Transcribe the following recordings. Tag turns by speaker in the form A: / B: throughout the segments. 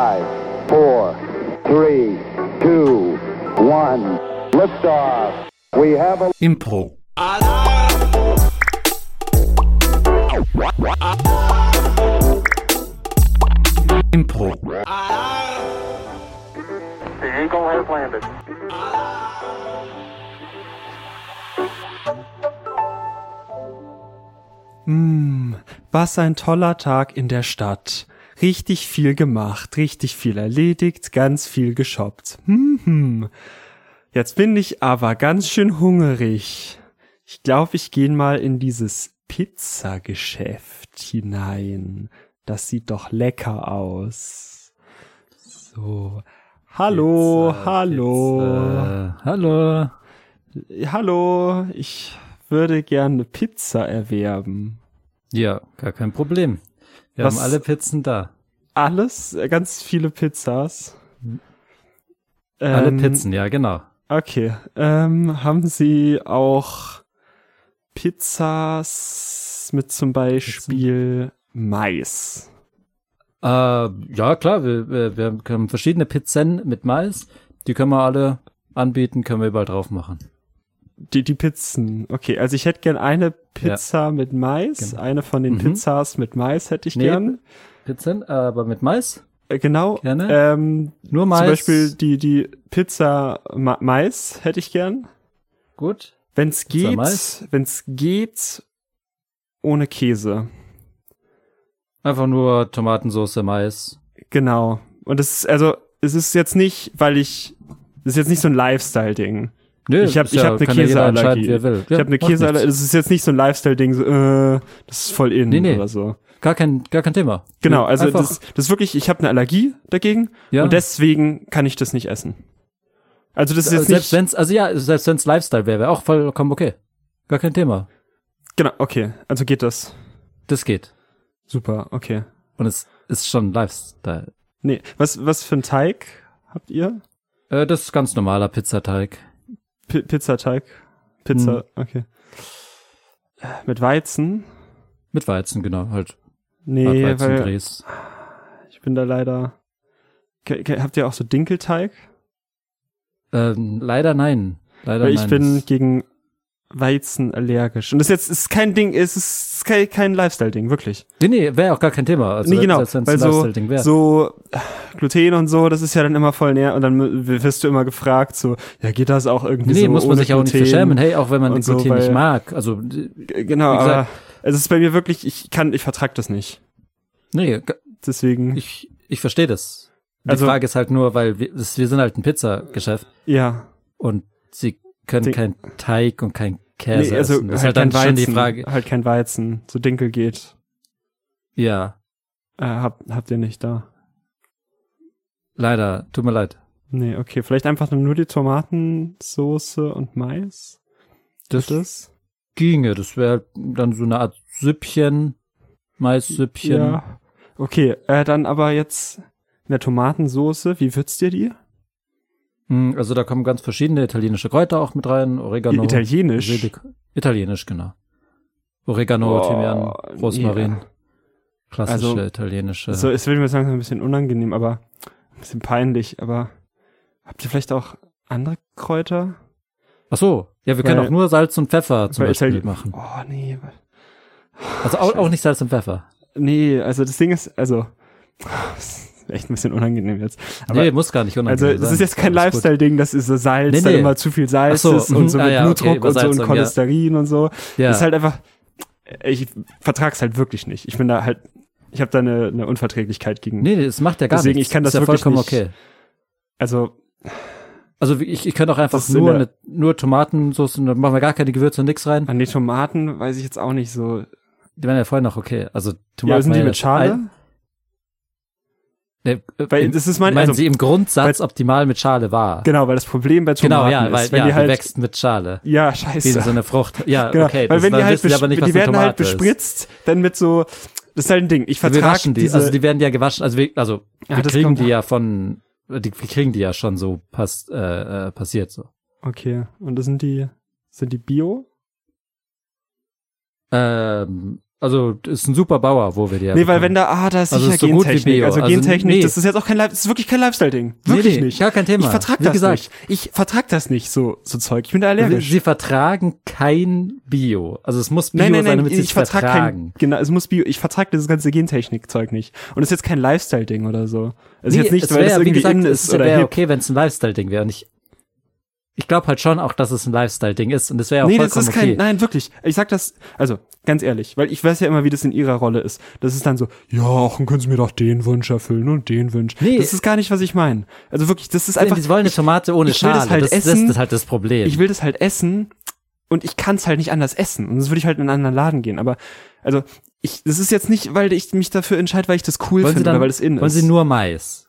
A: Five, four, three, two, one. Liftoff. We have a
B: Impro. Impro.
C: The Eagle has landed.
D: Was ein toller Tag in der Stadt. Richtig viel gemacht, richtig viel erledigt, ganz viel geshoppt. Hm, hm. Jetzt bin ich aber ganz schön hungrig. Ich glaube, ich gehe mal in dieses Pizzageschäft hinein. Das sieht doch lecker aus. So. Hallo,
B: Pizza,
D: hallo.
B: Pizza. äh, Hallo.
D: Hallo, ich würde gerne Pizza erwerben.
B: Ja, gar kein Problem. Wir
D: Was-
B: haben alle Pizzen da.
D: Alles, äh, ganz viele Pizzas.
B: Alle
D: Ähm,
B: Pizzen, ja, genau.
D: Okay. Ähm, haben Sie auch Pizzas mit zum Beispiel Mais?
B: Äh, ja, klar, wir, wir, wir haben verschiedene Pizzen mit Mais. Die können wir alle anbieten, können wir überall drauf machen.
D: Die, die Pizzen. Okay, also ich hätte gern eine Pizza mit Mais,
B: Genau.
D: eine von den
B: Mhm.
D: Pizzas mit Mais hätte ich
B: Nee.
D: gern.
B: Pizzen, äh, aber mit Mais?
D: Äh, genau.
B: Gerne.
D: Ähm,
B: Nur Mais.
D: Zum Beispiel die, die Pizza Ma Mais hätte ich gern.
B: Gut.
D: Wenn's
B: Pizza
D: geht,
B: Mais?
D: wenn's geht, ohne Käse.
B: Einfach nur Tomatensauce, Mais.
D: Genau. Und es ist, also, es ist jetzt nicht, weil ich, es ist jetzt nicht so ein Lifestyle-Ding.
B: Nö,
D: Ich hab-
B: ist
D: ich hab ne
B: kann jeder
D: Käseallergie.
B: entscheiden, wie er will.
D: ich
B: Ja,
D: habe eine
B: macht
D: Käseallergie,
B: nichts.
D: es ist jetzt nicht so ein Lifestyle-Ding, so, äh, das ist voll in
B: Nee, nee.
D: oder so.
B: Gar kein, gar kein Thema.
D: Genau, also
B: Einfach-
D: das, das ist wirklich, ich habe eine Allergie dagegen
B: Ja.
D: und deswegen kann ich das nicht essen. Also das ist
B: Äh,
D: jetzt
B: selbst
D: nicht,
B: wenn's, also ja, selbst wenn's Lifestyle wäre, wäre auch vollkommen okay. Gar kein Thema.
D: genau, okay, also geht das.
B: Das geht.
D: Super, okay.
B: Und es ist schon Lifestyle.
D: Nee, was, was für ein Teig habt ihr?
B: Äh, das ist ganz normaler Pizzateig.
D: Pi- Pizzateig?
B: Hm.
D: Pizza, okay. Äh, Mit Weizen?
B: Mit Weizen, genau, halt.
D: Nee, weil,
B: Weizengrieß.
D: Ich bin da leider. Ke- ke- Habt ihr auch so Dinkelteig?
B: Ähm, leider nein. Leider
D: Weil ich
B: nein.
D: bin gegen Weizen allergisch. Und das jetzt ist kein Ding, es ist kein, kein Lifestyle-Ding, wirklich.
B: Nee, nee, wäre auch gar kein Thema. Also
D: nee, genau.
B: Selbst wenn's
D: Weil so,
B: Lifestyle-Ding wäre.
D: so äh, Gluten und so, das ist ja dann immer voll näher. Und dann m- wirst du immer gefragt, so, ja, geht das auch irgendwie
B: nee,
D: so
B: muss man
D: ohne
B: sich auch nicht
D: Gluten?
B: verschämen. Hey, auch wenn man
D: und so,
B: Gluten nicht
D: weil-
B: mag. Also, äh,
D: G- Genau,
B: Wie
D: aber
B: gesagt-
D: es ist bei mir wirklich, ich kann, ich vertrag das nicht.
B: nee, g-
D: Deswegen,
B: ich, ich verstehe das. Die
D: Also-
B: Frage ist halt nur, weil wir, das, wir sind halt ein Pizzageschäft
D: ja.
B: und sie können
D: Den-
B: keinen Teig und keinen Käse
D: also
B: essen. Das ist halt
D: halt
B: dann
D: kein
B: schon die
D: Weizen.
B: Frage.
D: Halt kein Weizen. So Dinkel geht.
B: Ja,
D: Äh, habt, habt ihr nicht da.
B: leider. Tut mir leid.
D: Nee, okay. Vielleicht einfach nur die Tomatensoße und Mais?
B: Das,
D: Das?
B: ginge. Das wäre halt dann so eine Art Süppchen, Mais-Süppchen.
D: Ja. Okay, äh, dann aber jetzt in der Tomatensoße, wie würzt ihr die?
B: Hm, Also da kommen ganz verschiedene italienische Kräuter auch mit rein. Oregano.
D: I- Italienisch?
B: Basilikum- Italienisch, genau. Oregano,
D: Oh,
B: Thymian, Rosmarin.
D: nee.
B: Klassische
D: Also,
B: italienische.
D: So, es wird mir sagen, ein bisschen unangenehm, aber ein bisschen peinlich, aber habt ihr vielleicht auch andere Kräuter?
B: Ach so, ja, wir können
D: weil-
B: auch nur Salz und Pfeffer zum
D: Weil
B: Beispiel
D: Itali-
B: machen.
D: Oh, nee. wa-
B: Also auch, auch nicht Salz und Pfeffer.
D: Nee, also das Ding ist, also, ist echt ein bisschen unangenehm jetzt. Aber
B: nee, muss gar nicht
D: Also
B: unangenehm
D: es
B: sein.
D: ist jetzt kein
B: Alles gut.
D: Lifestyle-Ding, das ist so Salz,
B: Nee,
D: dann
B: nee.
D: immer zu viel Salz
B: Ach so,
D: ist und so
B: mhm, ah
D: mit
B: ja, okay,
D: Blutdruck und so und
B: Übersalzung, ja.
D: Cholesterin und so.
B: Ja.
D: Ist halt einfach, ich vertrag's halt wirklich nicht. Ich bin da halt, ich habe da eine, eine Unverträglichkeit gegen.
B: nee, nee, es macht ja gar
D: Deswegen,
B: nichts.
D: ich kann das
B: ist ja
D: wirklich
B: vollkommen
D: nicht-
B: okay.
D: Also,
B: Also wie- ich, ich kann auch einfach
D: Das ist in
B: nur,
D: der-
B: eine, nur Tomatensauce und dann machen wir gar keine Gewürze und nix rein.
D: an die Tomaten weiß ich jetzt auch nicht so.
B: Die wären ja voll noch okay. Also Tomaten
D: Ja, sind die
B: waren
D: mit Schale?
B: Ein, nee,
D: Weil
B: im,
D: das ist mein-
B: meinen
D: also-
B: sie im Grundsatz optimal mit Schale war.
D: genau, weil das Problem bei
B: Genau,
D: Tomaten
B: ja, weil
D: ist, wenn
B: ja,
D: die
B: die
D: halt,
B: wächst mit Schale.
D: ja,
B: Wie so
D: scheiße.
B: eine Frucht. Ja,
D: Genau,
B: okay.
D: weil
B: das-
D: wenn die
B: dann
D: halt,
B: wissen wir
D: besp-
B: aber nicht, was
D: die
B: eine
D: werden halt
B: Tomate ist.
D: bespritzt, dann mit so, das ist halt ein Ding. Ich
B: Wir
D: vertrag
B: waschen die,
D: diese,
B: also die werden ja gewaschen, also wir, also
D: Ja,
B: wir
D: das
B: kriegen
D: kommt-
B: die ja von, die, wir kriegen die ja schon so pass, äh, äh, passiert so.
D: okay, und das sind die, sind die Bio?
B: Ähm, Also ist ein super Bauer, wo wir die
D: Nee, weil wenn da, ah, da ist
B: Also
D: sicher
B: ist so gut wie
D: Gentechnik.
B: Bio.
D: Also,
B: Also
D: Gentechnik,
B: nee.
D: das ist jetzt auch kein, Lif- das ist wirklich kein Lifestyle-Ding. Wirklich
B: nee,
D: nicht.
B: gar kein Thema.
D: Ich vertrag
B: Wie
D: das
B: gesagt. Also
D: nicht. Ich vertrag das nicht, so, so Zeug. Ich bin da
B: Sie,
D: allergisch.
B: sie vertragen kein Bio. Also es muss Bio
D: nein, nein,
B: sein,
D: nein,
B: damit sie es
D: ich vertrag
B: vertragen.
D: kein, genau, es muss Bio, ich vertrag dieses ganze Gentechnik-Zeug nicht. Und es ist jetzt kein Lifestyle-Ding oder so. Es ist Also jetzt nicht,
B: es
D: weil
B: wär,
D: es
B: wie
D: irgendwie
B: gesagt,
D: in
B: es
D: ist oder
B: wäre
D: hip.
B: okay, wenn es ein Lifestyle-Ding wäre. Und ich, ich glaube halt schon auch, dass es ein Lifestyle-Ding ist. Und es wäre auch
D: Nee,
B: vollkommen
D: das ist kein,
B: okay.
D: nein, wirklich. Ich sag das, also, ganz ehrlich, weil ich weiß ja immer, wie das in ihrer Rolle ist. Das ist dann so, ja, ach, dann können sie mir doch den Wunsch erfüllen und den Wunsch.
B: Nee.
D: Das ist gar nicht, was ich meine. Also wirklich, das ist einfach,
B: Sie wollen eine Tomate ohne
D: ich will das
B: Schale.
D: halt
B: das, das
D: essen.
B: ist halt das Problem.
D: ich will das halt essen und ich kann es halt nicht anders essen. Und sonst würde ich halt in einen anderen Laden gehen. Aber, also, ich, das ist jetzt nicht, weil ich mich dafür entscheide, weil ich das cool
B: wollen
D: finde
B: sie dann,
D: oder weil es in
B: wollen
D: ist.
B: sie nur Mais?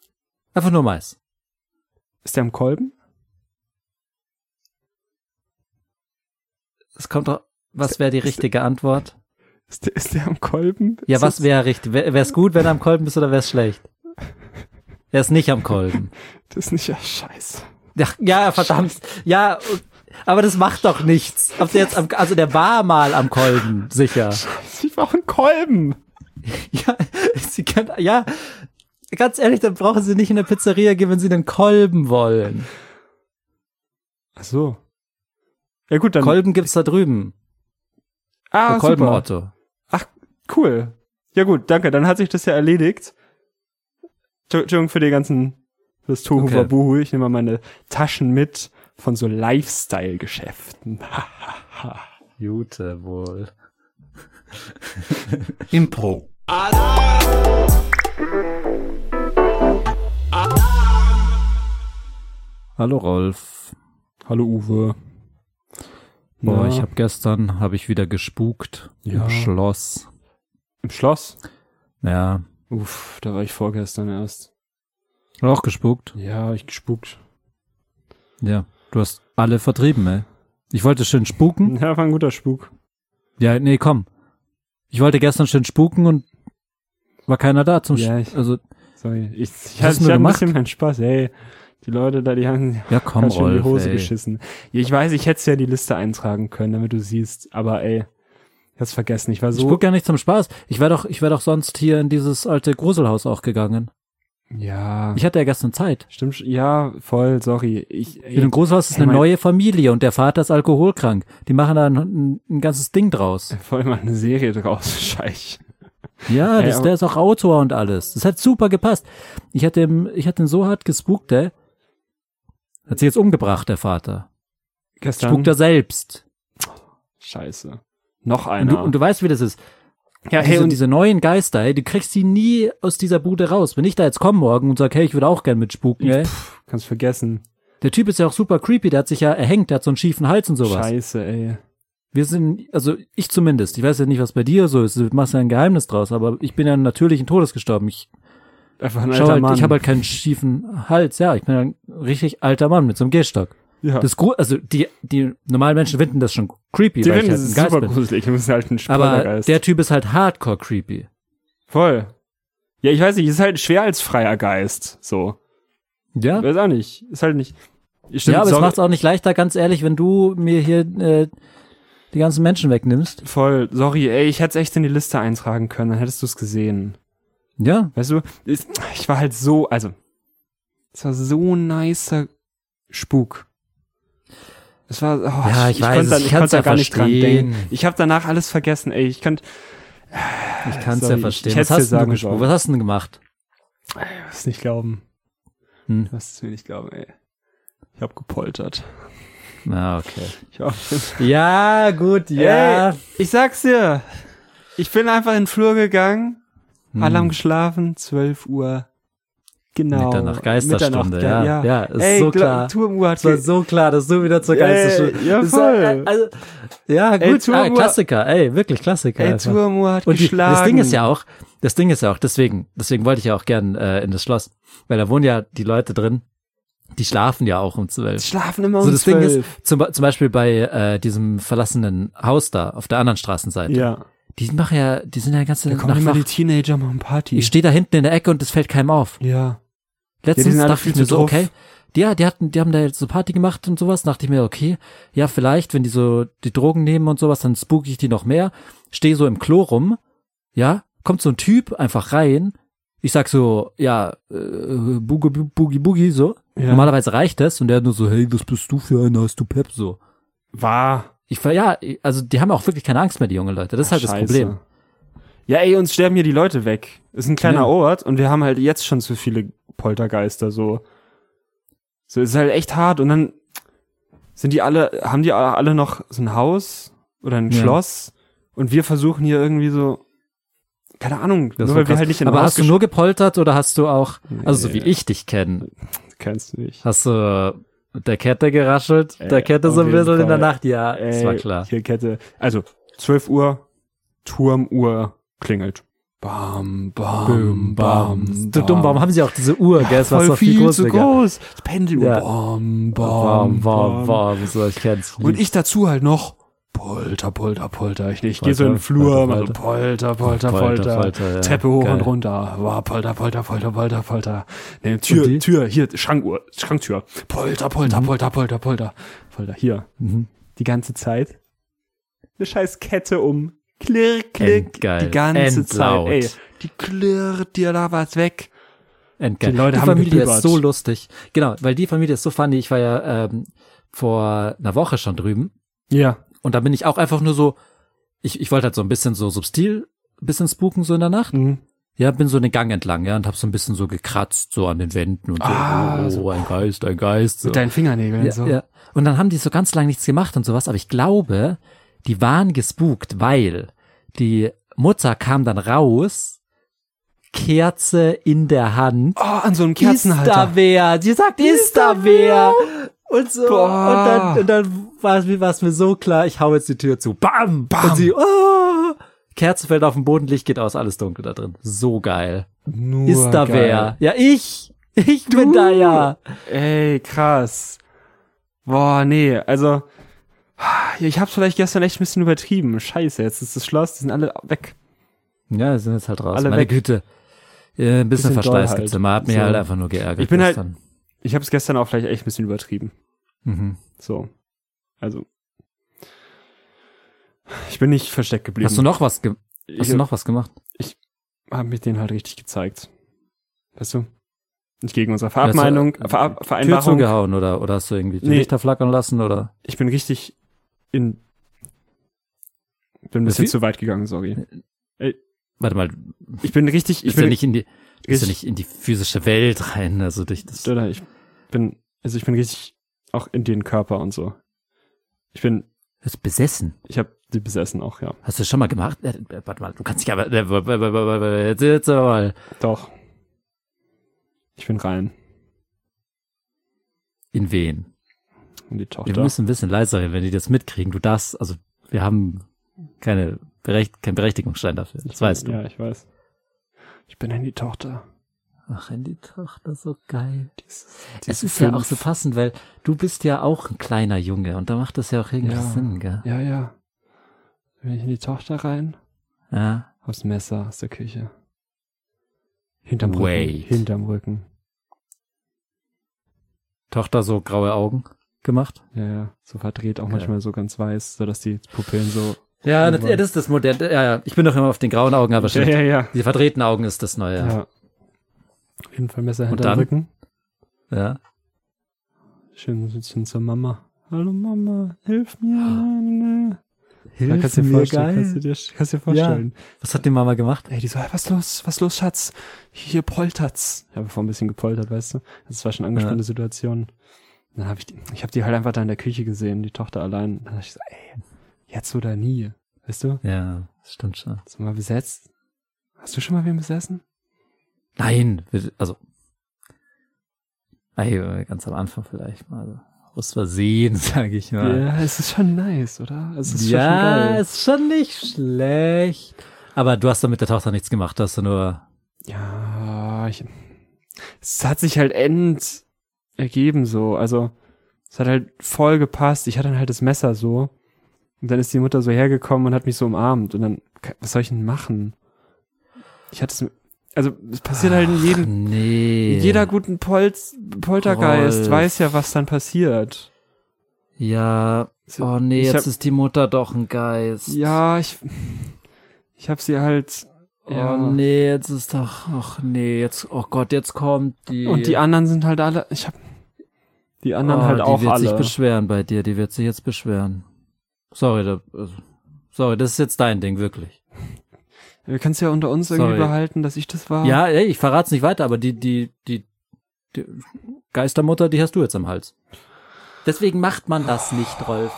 B: Einfach nur Mais.
D: ist der am Kolben?
B: Es kommt doch, was wäre die richtige Antwort?
D: Ist der, ist der am Kolben?
B: Ja,
D: Ist
B: was
D: das-
B: wäre richtig? Wäre es gut, wenn er am Kolben ist oder wäre es schlecht? Er ist nicht am Kolben.
D: Das ist nicht, ja, scheiße.
B: Ja, ja verdammt. Ja, und- aber das macht doch nichts. Ob der jetzt am, also der war mal am Kolben, sicher.
D: Sie brauchen Kolben.
B: Ja, sie können, ja, ganz ehrlich, dann brauchen sie nicht in der Pizzeria gehen, wenn sie einen Kolben wollen.
D: Ach so. Ja gut, dann.
B: Kolben gibt's da drüben.
D: Ähm, ah,
B: Der
D: super.
B: Kolbenotto.
D: Ach, cool. Ja gut, danke. Dann hat sich das ja erledigt. Entschu- Entschuldigung für die ganzen, das Tohu
B: Okay.
D: Wabuhu. Ich nehme mal meine Taschen mit von so Lifestyle-Geschäften.
B: Jute wohl.
E: Impro.
B: Hallo Rolf.
D: Hallo Uwe.
B: Boah,
D: Na,
B: ich habe gestern habe ich wieder gespukt
D: Ja.
B: im Schloss.
D: im Schloss.
B: Ja,
D: Uff, da war ich vorgestern erst.
B: Hat auch gespukt.
D: Ja, hab ich gespuckt.
B: Ja, du hast alle vertrieben, ey. Ich wollte schön spuken.
D: Ja, war ein guter Spuk.
B: Ja, nee, komm. Ich wollte gestern schön spuken und war keiner da zum
D: Ja,
B: ja,
D: ich-
B: also
D: Sorry. Ich, ich,
B: hast
D: hatte-
B: du
D: ich
B: nur
D: hatte ein
B: gemacht?
D: bisschen meinen Spaß. Ey, die Leute da, die haben,
B: ja, komm
D: Ganz schön in
B: Rolf.
D: die Hose
B: ey.
D: geschissen. Ja, Ich weiß, ich hätte ja die Liste eintragen können, damit du siehst, aber ey, ich hab's vergessen. Ich war
B: Ich
D: so.
B: spuck ja nicht zum Spaß. Ich wäre doch ich wäre doch sonst hier in dieses alte Gruselhaus auch gegangen.
D: ja.
B: Ich hatte ja gestern Zeit.
D: stimmt. sch- Ja, voll, sorry. Ich,
B: In
D: ey,
B: dem Gruselhaus ist
D: ey,
B: eine
D: mein-
B: neue Familie und der Vater ist alkoholkrank. Die machen da ein, ein, ein ganzes Ding draus.
D: voll mal eine Serie draus, Scheich.
B: Ja,
D: Ey,
B: das,
D: aber-
B: der ist auch Autor und alles. Das hat super gepasst. Ich hatte ihm, ich hatte ihn so hart gespukt, ey. Hat sich jetzt umgebracht, der Vater.
D: Gestern.
B: Spukt er selbst.
D: Scheiße. Noch
B: Und du,
D: einer.
B: und du weißt, wie das ist.
D: ja,
B: diese,
D: hey, und,
B: diese neuen Geister, ey, du kriegst die nie aus dieser Bude raus. Wenn ich da jetzt komme morgen und sag, hey, ich würde auch gern mitspuken, ey.
D: kannst vergessen.
B: Der Typ ist ja auch super creepy, der hat sich ja erhängt, der hat so einen schiefen Hals und sowas.
D: Scheiße, ey.
B: Wir sind, also ich zumindest, ich weiß ja nicht, was bei dir so ist, du machst ja ein Geheimnis draus, aber ich bin ja natürlichen Todes gestorben. Ich
D: Einfach ein
B: Schau
D: alter
B: halt,
D: Mann.
B: ich habe halt keinen schiefen Hals, ja, ich bin ein richtig alter Mann mit so einem Gehstock.
D: ja.
B: Das gru also die die normalen Menschen finden das schon creepy,
D: die
B: weil ich
D: Winde
B: halt ein
D: ist
B: Geist
D: super
B: bin.
D: gruselig. Du bist halt ein
B: Aber
D: Spoilergeist.
B: der Typ ist halt hardcore creepy.
D: voll. Ja, ich weiß nicht, ist halt schwer als freier Geist. So.
B: Ja?
D: Weiß auch nicht. Ist halt nicht. Stimmt,
B: ja, aber es
D: sorry.
B: macht's auch nicht leichter, ganz ehrlich, wenn du mir hier äh, die ganzen Menschen wegnimmst.
D: Voll, sorry, ey, ich hätte es echt in die Liste eintragen können, dann hättest du es gesehen.
B: Ja,
D: Weißt du, ist- ich war halt so, also, es war so ein nicer Spuk. Es war, oh,
B: Ja, ich weiß
D: konnte
B: es,
D: da-
B: ich
D: konnte
B: kann's
D: da
B: ja
D: gar nicht dran denken.
B: verstehen.
D: Ich habe danach alles vergessen, ey, ich könnte,
B: ich kann's
D: Sorry,
B: ja
D: ich-
B: verstehen.
D: ich
B: was
D: hätt's dir
B: hast denn
D: sagen
B: du gesprochen?
D: sollen.
B: Was hast du denn gemacht?
D: es nicht glauben.
B: Hm.
D: Du wirst es mir nicht glauben, ey. Ich habe gepoltert. Ah,
B: Na, okay.
D: Ich, hab,
B: Ja, gut,
D: ja. ich sag's dir, ich bin einfach in den Flur gegangen,
B: Hm.
D: Alarm geschlafen, 12 Uhr. Genau.
B: Mitternacht, Geisterstunde, ja. Ja, ist
D: Ey,
B: so
D: Glo-
B: klar.
D: Turmuhr hat
B: Es war
D: ge-
B: so klar, dass du wieder zur
D: Ey,
B: Geisterschule.
D: ja,
B: Das ist,
D: voll.
B: äh, also, ja,
D: Ey,
B: gut. ah,
D: Turmuhr-
B: Klassiker, ey, wirklich Klassiker.
D: Ey,
B: einfach.
D: Turmuhr hat
B: Und die,
D: geschlagen.
B: das Ding ist ja auch, das Ding ist ja auch, deswegen, deswegen wollte ich ja auch gern äh, in das Schloss, weil da wohnen ja die Leute drin, die schlafen ja auch um
D: Die
B: zwölf.
D: Schlafen immer
B: So,
D: um
B: das Ding
D: 12.
B: ist, zum, Be- zum Beispiel bei äh, diesem verlassenen Haus da auf der anderen Straßenseite,
D: Ja.
B: die machen ja, die sind ja ganz
D: Da kommen immer die Teenager mal Party.
B: Ich stehe da hinten in der Ecke und es fällt keinem auf.
D: ja.
B: Letztens
D: alle
B: dachte
D: viel
B: ich mir
D: zu
B: so,
D: drauf.
B: okay, ja, die hatten, die haben da jetzt so Party gemacht und sowas, dachte ich mir, okay, ja, vielleicht, wenn die so die Drogen nehmen und sowas, dann spook ich die noch mehr, stehe so im Klo rum, ja, kommt so ein Typ einfach rein, ich sag so, ja, äh, boogie, boogie, boogie, so,
D: Ja.
B: normalerweise reicht das, und der nur so, hey, was bist du für einer, hast du Pep, so.
D: War.
B: Ich, ver- ja, also die haben auch wirklich keine Angst mehr, die jungen Leute, das ist halt das Problem.
D: Ja, ey, uns sterben hier die Leute weg. Ist ein kleiner
B: Ja.
D: Ort und wir haben halt jetzt schon zu viele Poltergeister so. So es ist halt echt hart und dann sind die alle haben die alle noch so ein Haus oder ein
B: Ja.
D: Schloss und wir versuchen hier irgendwie so keine Ahnung,
B: Das
D: nur
B: war
D: weil wir
B: krass.
D: halt nicht in
B: Aber
D: Haus
B: hast du nur gepoltert oder hast du auch, also so wie
D: Nee.
B: ich dich kenne,
D: gesch- kennst du nicht.
B: hast du mit der Kette geraschelt,
D: Ey,
B: der Kette so
D: Äh, auf
B: ein
D: jeden
B: bisschen in der
D: Fall. Äh,
B: Nacht, ja, das war
D: Ey,
B: klar.
D: Hier Kette. Also 12 Uhr Turmuhr klingelt. Bam, bam, bam. bam,
B: Du dumm, warum haben sie auch diese Uhr, gell? Es war so viel, gruseliger.
D: groß. Das Pendel. oh,
B: Ja.
D: Bam,
B: Warm, warm, warm, so, ich kenn's.
D: Und ich dazu halt noch Polter, Polter, Polter. Ich, ich gehe so in den
B: Polter,
D: Flur,
B: Polter,
D: mache so Polter, Polter, Polter.
B: Polter, Polter, ja.
D: Treppe hoch
B: Geil.
D: und runter. Wow, Polter, Polter, Polter, Polter, Polter. Nee, Tür,
B: Und die?
D: Tür, hier, Schrankuhr, Schranktür. Polter, Polter, Polter, Polter, Polter, Polter. Hier.
B: Mhm.
D: Die ganze Zeit. Eine scheiß Kette um. Klirr, klirr.
B: Endgeil.
D: Die ganze
B: Endlaut.
D: Zeit. Ey, die klirrt dir da was weg.
B: Endgeil.
D: Die Leute
B: die
D: haben
B: Familie
D: gebübert.
B: ist so lustig. Genau, weil die Familie ist so funny. Ich war ja ähm, vor einer Woche schon drüben
D: Ja.
B: und da bin ich auch einfach nur so, ich, ich wollte halt so ein bisschen so subtil, bisschen spooken so in der Nacht.
D: Mhm.
B: Ja, bin so den Gang entlang, ja, und hab so ein bisschen so gekratzt, so an den Wänden und so,
D: Ah,
B: oh,
D: so.
B: ein Geist, ein Geist. So.
D: Mit deinen Fingernägeln
B: ja,
D: so.
B: ja. Und dann haben die so ganz lange nichts gemacht und sowas, aber ich glaube, die waren gespukt, weil die Mutter kam dann raus, Kerze in der Hand.
D: Oh, an so einem
B: ist da
D: Kerzenhalter.
B: wer? Sie sagt, ist, da wer? Und so,
D: Boah.
B: und dann, und dann war es mir, war es mir so klar, ich hau jetzt die Tür zu. Bam!
D: Bam.
B: Und sie, oh! Kerze fällt auf den Boden, Licht geht aus, alles dunkel da drin. So geil.
D: Nur
B: Ist da
D: geil.
B: wer? Ja, ich! Ich bin da ja!
D: Ey, krass. Boah, nee, also ich hab's vielleicht gestern echt ein bisschen übertrieben. Scheiße, jetzt ist das Schloss, die sind alle weg.
B: Ja, die sind jetzt halt raus.
D: Alle
B: Meine
D: weg.
B: Güte. Äh, ein bisschen,
D: Bisschen doll
B: Verschleiß
D: halt.
B: gibt's immer. Hat mich
D: So.
B: halt einfach nur geärgert.
D: Ich bin halt-
B: gestern.
D: Ich hab's gestern auch vielleicht echt ein bisschen übertrieben.
B: Mhm.
D: So. Also ich bin nicht versteckt geblieben.
B: Hast du noch was, ge hast
D: ich
B: du noch was gemacht?
D: hab mich denen halt richtig gezeigt. Weißt du? Nicht gegen unsere
B: hast du,
D: Verabmeinung,
B: äh,
D: Verab
B: Tür
D: Vereinbarung.
B: zugehauen oder, oder hast du irgendwie die
D: Nee.
B: Lichter flackern lassen oder?
D: Ich bin richtig in bin ein bisschen
B: Wie?
D: zu weit gegangen, sorry.
B: Warte mal,
D: Ich bin richtig, ich
B: Äh, bist du
D: bin
B: ja nicht in die, bist ja
D: richtig-
B: nicht in die physische Welt rein, also durch das.
D: Oder ich bin, also ich bin richtig auch in den Körper und so. Ich bin,
B: Hast besessen.
D: ich habe die besessen auch, ja.
B: Hast du das schon mal gemacht? Äh, äh, warte mal, du kannst dich aber, äh, äh, äh, jetzt, jetzt aber mal.
D: Doch. Ich bin rein
B: In wen?
D: in die
B: Wir
D: Tochter.
B: müssen ein bisschen leiser reden, wenn die das mitkriegen. Du darfst, also, wir haben keine, Berecht, keinen Berechtigungsschein dafür. Das weißt du.
D: Ja, ich weiß. Ich bin in die Tochter.
B: Ach, in die Tochter, so geil.
D: Die ist, die
B: Es
D: ist
B: ist ja auch so passend, weil du bist ja auch ein kleiner Junge und da macht das ja auch irgendwie
D: Ja.
B: Sinn, gell?
D: Ja, ja. Bin ich in die Tochter rein?
B: Ja.
D: Aufs Messer aus der Küche. Hinterm
B: Wait.
D: Rücken. Hinterm Rücken.
B: Tochter so graue Augen gemacht.
D: Ja, ja. So verdreht auch
B: Okay.
D: manchmal so ganz weiß, sodass die Pupillen so.
B: Ja,
D: das- ja, das
B: ist das moderne. Ja, ja. Ich bin doch immer auf den grauen Augen, aber
D: Ja, ja, ja.
B: Die verdrehten Augen ist das Neue.
D: Ja. Auf jeden Fall Messer
B: Und
D: hinterm
B: dann?
D: Rücken.
B: ja.
D: Schön, schön zur Mama. Hallo Mama, hilf mir. Nein, nein.
B: Hilf
D: Ah. kannst du dir
B: mir,
D: vorstellen, kannst du
B: geil.
D: dir, kannst du dir vorstellen.
B: Was hat die Mama gemacht?
D: Ey, die so, hey, was los, was los, Schatz? Hier poltert's. Ich habe vor ein bisschen gepoltert, weißt du? Das war schon eine angespannte Situation. Dann habe ich die, ich habe die halt einfach da in der Küche gesehen, die Tochter allein. Dann dachte ich so, ey, jetzt oder nie. Weißt du?
B: Ja, das stimmt schon.
D: Sind wir besetzt? Hast du schon mal wen besessen?
B: Nein, wir- also. Ey, ganz am Anfang vielleicht mal. so Aus Versehen, sage ich
D: Ja,
B: mal.
D: es ist schon nice, oder? Es ist schon
B: ja,
D: geil.
B: ist schon nicht schlecht. Aber du hast doch mit der Tochter nichts gemacht, du hast doch nur
D: Ja, ich, es hat sich halt end ergeben so. Also es hat halt voll gepasst. Ich hatte dann halt das Messer so. Und dann ist die Mutter so hergekommen und hat mich so umarmt. Und dann, ke- was soll ich denn machen? Ich hatte es, Also es passiert halt in jedem,
B: Nee.
D: jeder guten Polz, Poltergeist
B: Rolf.
D: weiß ja, was dann passiert.
B: Ja. Oh nee,
D: Ich hab-
B: jetzt ist die Mutter doch ein Geist.
D: Ja, ich, ich habe sie halt. Ja.
B: Oh nee, jetzt ist doch. Ach nee, jetzt. Oh Gott, jetzt kommt die.
D: Und die anderen sind halt alle. Ich habe die anderen
B: oh,
D: halt auch
B: Die wird sich
D: alle.
B: beschweren bei dir. Die wird sich jetzt beschweren. Sorry, da, also, sorry, das ist jetzt dein Ding wirklich.
D: Wir können es ja unter uns irgendwie
B: Sorry.
D: behalten, dass ich das war.
B: Ja, ey, ich verrat's nicht weiter, aber die die die, die Geistermutter, die hast du jetzt am Hals. Deswegen macht man das nicht, Rolf.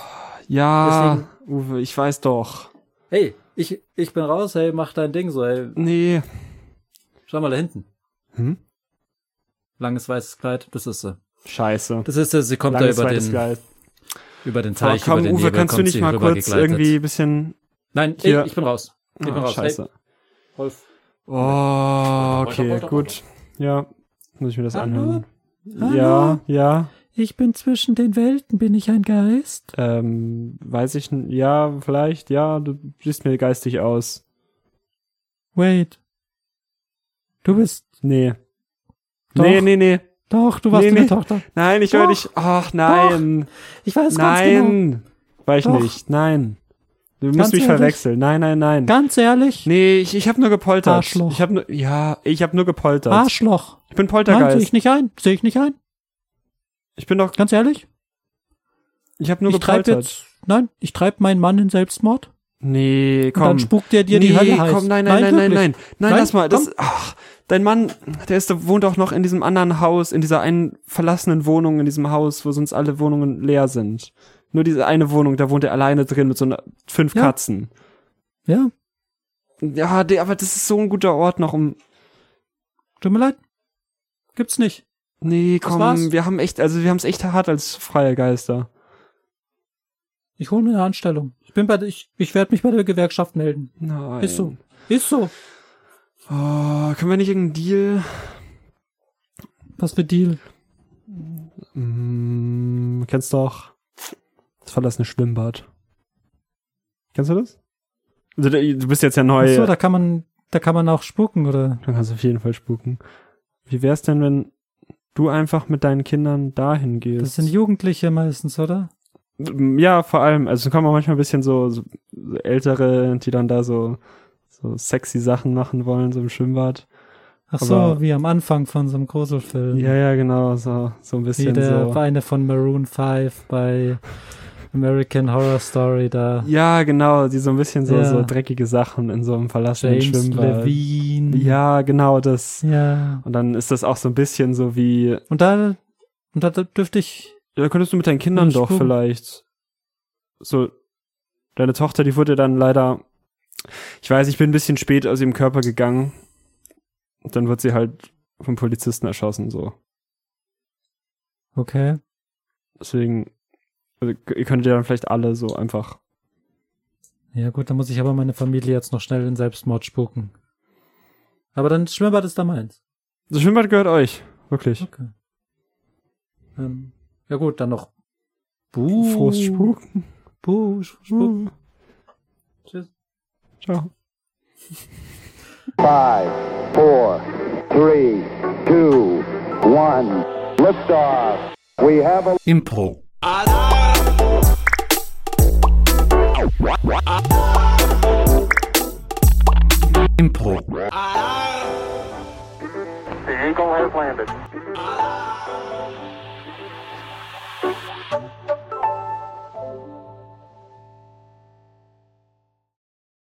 D: Ja, Uwe, ich weiß doch.
B: Hey, ich ich bin raus. Hey, mach dein Ding so. Hey,
D: Nee.
B: schau mal da hinten.
D: Hm?
B: Langes weißes Kleid. Das ist sie.
D: Scheiße.
B: Das ist sie. Sie kommt
D: Langes
B: da über
D: zweites
B: den
D: Gleis.
B: über den
D: Boah,
B: Teich über
D: Oh, komm,
B: den
D: Uwe,
B: Nebel
D: kannst du
B: kommt
D: nicht
B: sie
D: mal kurz
B: rübergegleitet.
D: irgendwie ein bisschen.
B: Nein,
D: Hier.
B: ich, ich bin raus. Ich bin
D: Ah,
B: raus. Hey,
D: Scheiße.
B: Rolf.
D: Oh,
B: Polter,
D: okay,
B: Polter,
D: gut. Ja, muss ich mir das
B: Hallo?
D: anhören. Ja,
B: Hallo?
D: ja.
B: Ich bin zwischen den Welten, bin ich ein Geist?
D: Ähm, weiß ich, n- ja, vielleicht, ja, du siehst mir geistig aus.
B: Wait. Du bist.
D: Nee.
B: Doch.
D: Nee, nee, nee.
B: Doch, du
D: warst Nee, meine nee.
B: Tochter.
D: Nein, ich höre
B: Doch.
D: dich. Ach, nein.
B: Ich weiß genau.
D: Nein. War ich
B: Doch.
D: nicht. Nein. Du
B: Ganz
D: musst mich
B: ehrlich.
D: verwechseln. Nein, nein, nein.
B: Ganz ehrlich.
D: nee, ich, ich habe nur gepoltert.
B: Arschloch.
D: Ich habe nur, ja, ich habe nur gepoltert.
B: Arschloch.
D: Ich bin
B: Nein, sehe
D: Poltergeist.
B: ich nicht ein. Sehe ich nicht ein.
D: Ich bin doch,
B: Ganz ehrlich.
D: ich habe nur
B: ich treibe
D: gepoltert.
B: jetzt. Nein, ich treibe meinen Mann in Selbstmord.
D: Nee,
B: Und
D: komm.
B: dann spuckt er dir die
D: nee,
B: Hölle heiß.
D: komm, nein, nein, nein, nein, nein,
B: wirklich.
D: nein,
B: Nein,
D: lass mal, das,
B: komm.
D: ach, dein Mann, der ist, der wohnt auch noch in diesem anderen Haus, in dieser einen verlassenen Wohnung, in diesem Haus, wo sonst alle Wohnungen leer sind. Nur diese eine Wohnung, da wohnt er alleine drin mit so einer, fünf
B: Ja.
D: Katzen.
B: Ja,
D: Ja, der, aber das ist so ein guter Ort noch, um,
B: tut mir leid. Gibt's nicht.
D: nee,
B: Das
D: komm,
B: war's.
D: wir haben echt, also wir haben es echt hart als freie Geister.
B: Ich hole mir eine Anstellung. Ich bin bei, ich, ich werde mich bei der Gewerkschaft melden.
D: Nein.
B: Ist so. Ist so.
D: Oh, können wir nicht irgendeinen Deal?
B: Was für Deal.
D: Mm, kennst doch das verlassene Schwimmbad. Kennst du das? Also, du du bist jetzt ja neu.
B: Ach so, da kann man, da kann man auch spucken, oder?
D: Dann kannst du auf jeden Fall spuken. Wie wär's denn, wenn du einfach mit deinen Kindern dahin gehst?
B: Das sind Jugendliche meistens, oder?
D: ja, vor allem, also kommen auch manchmal ein bisschen so, so ältere, die dann da so, so sexy Sachen machen wollen, so im Schwimmbad.
B: Ach so,
D: Aber-
B: wie am Anfang von so einem Gruselfilm.
D: Ja, ja, genau, so, so ein
B: wie
D: bisschen
B: der
D: so.
B: eine von Maroon 5 bei American Horror Story da.
D: Ja, genau, die so ein bisschen so,
B: Ja.
D: so dreckige Sachen in so einem verlassenen
B: James
D: Schwimmbad.
B: Levine.
D: Ja, genau, das.
B: Ja.
D: Und dann ist das auch so ein bisschen so wie,
B: Und da, und da dürfte ich,
D: ja, könntest du mit deinen Kindern
B: Ja,
D: doch
B: stimmt.
D: vielleicht. So, deine Tochter, die wurde dann leider, ich weiß, ich bin ein bisschen spät aus ihrem Körper gegangen. Und dann wird sie halt vom Polizisten erschossen, so.
B: okay.
D: Deswegen, also, k- ihr könntet ja dann vielleicht alle so einfach,
B: Ja gut, dann muss ich aber meine Familie jetzt noch schnell in Selbstmord spucken. Aber dann das Schwimmbad ist da meins.
D: das Schwimmbad gehört euch. Wirklich.
B: Okay. Ähm, ja gut, dann noch. Buh.
D: Frohes Spuken.
B: Buh, Spuk. Tschüss.
D: Ciao.
A: Five, four, three, two, one. Liftoff. We have a
E: Impro. Impro.
C: The Eagle has landed.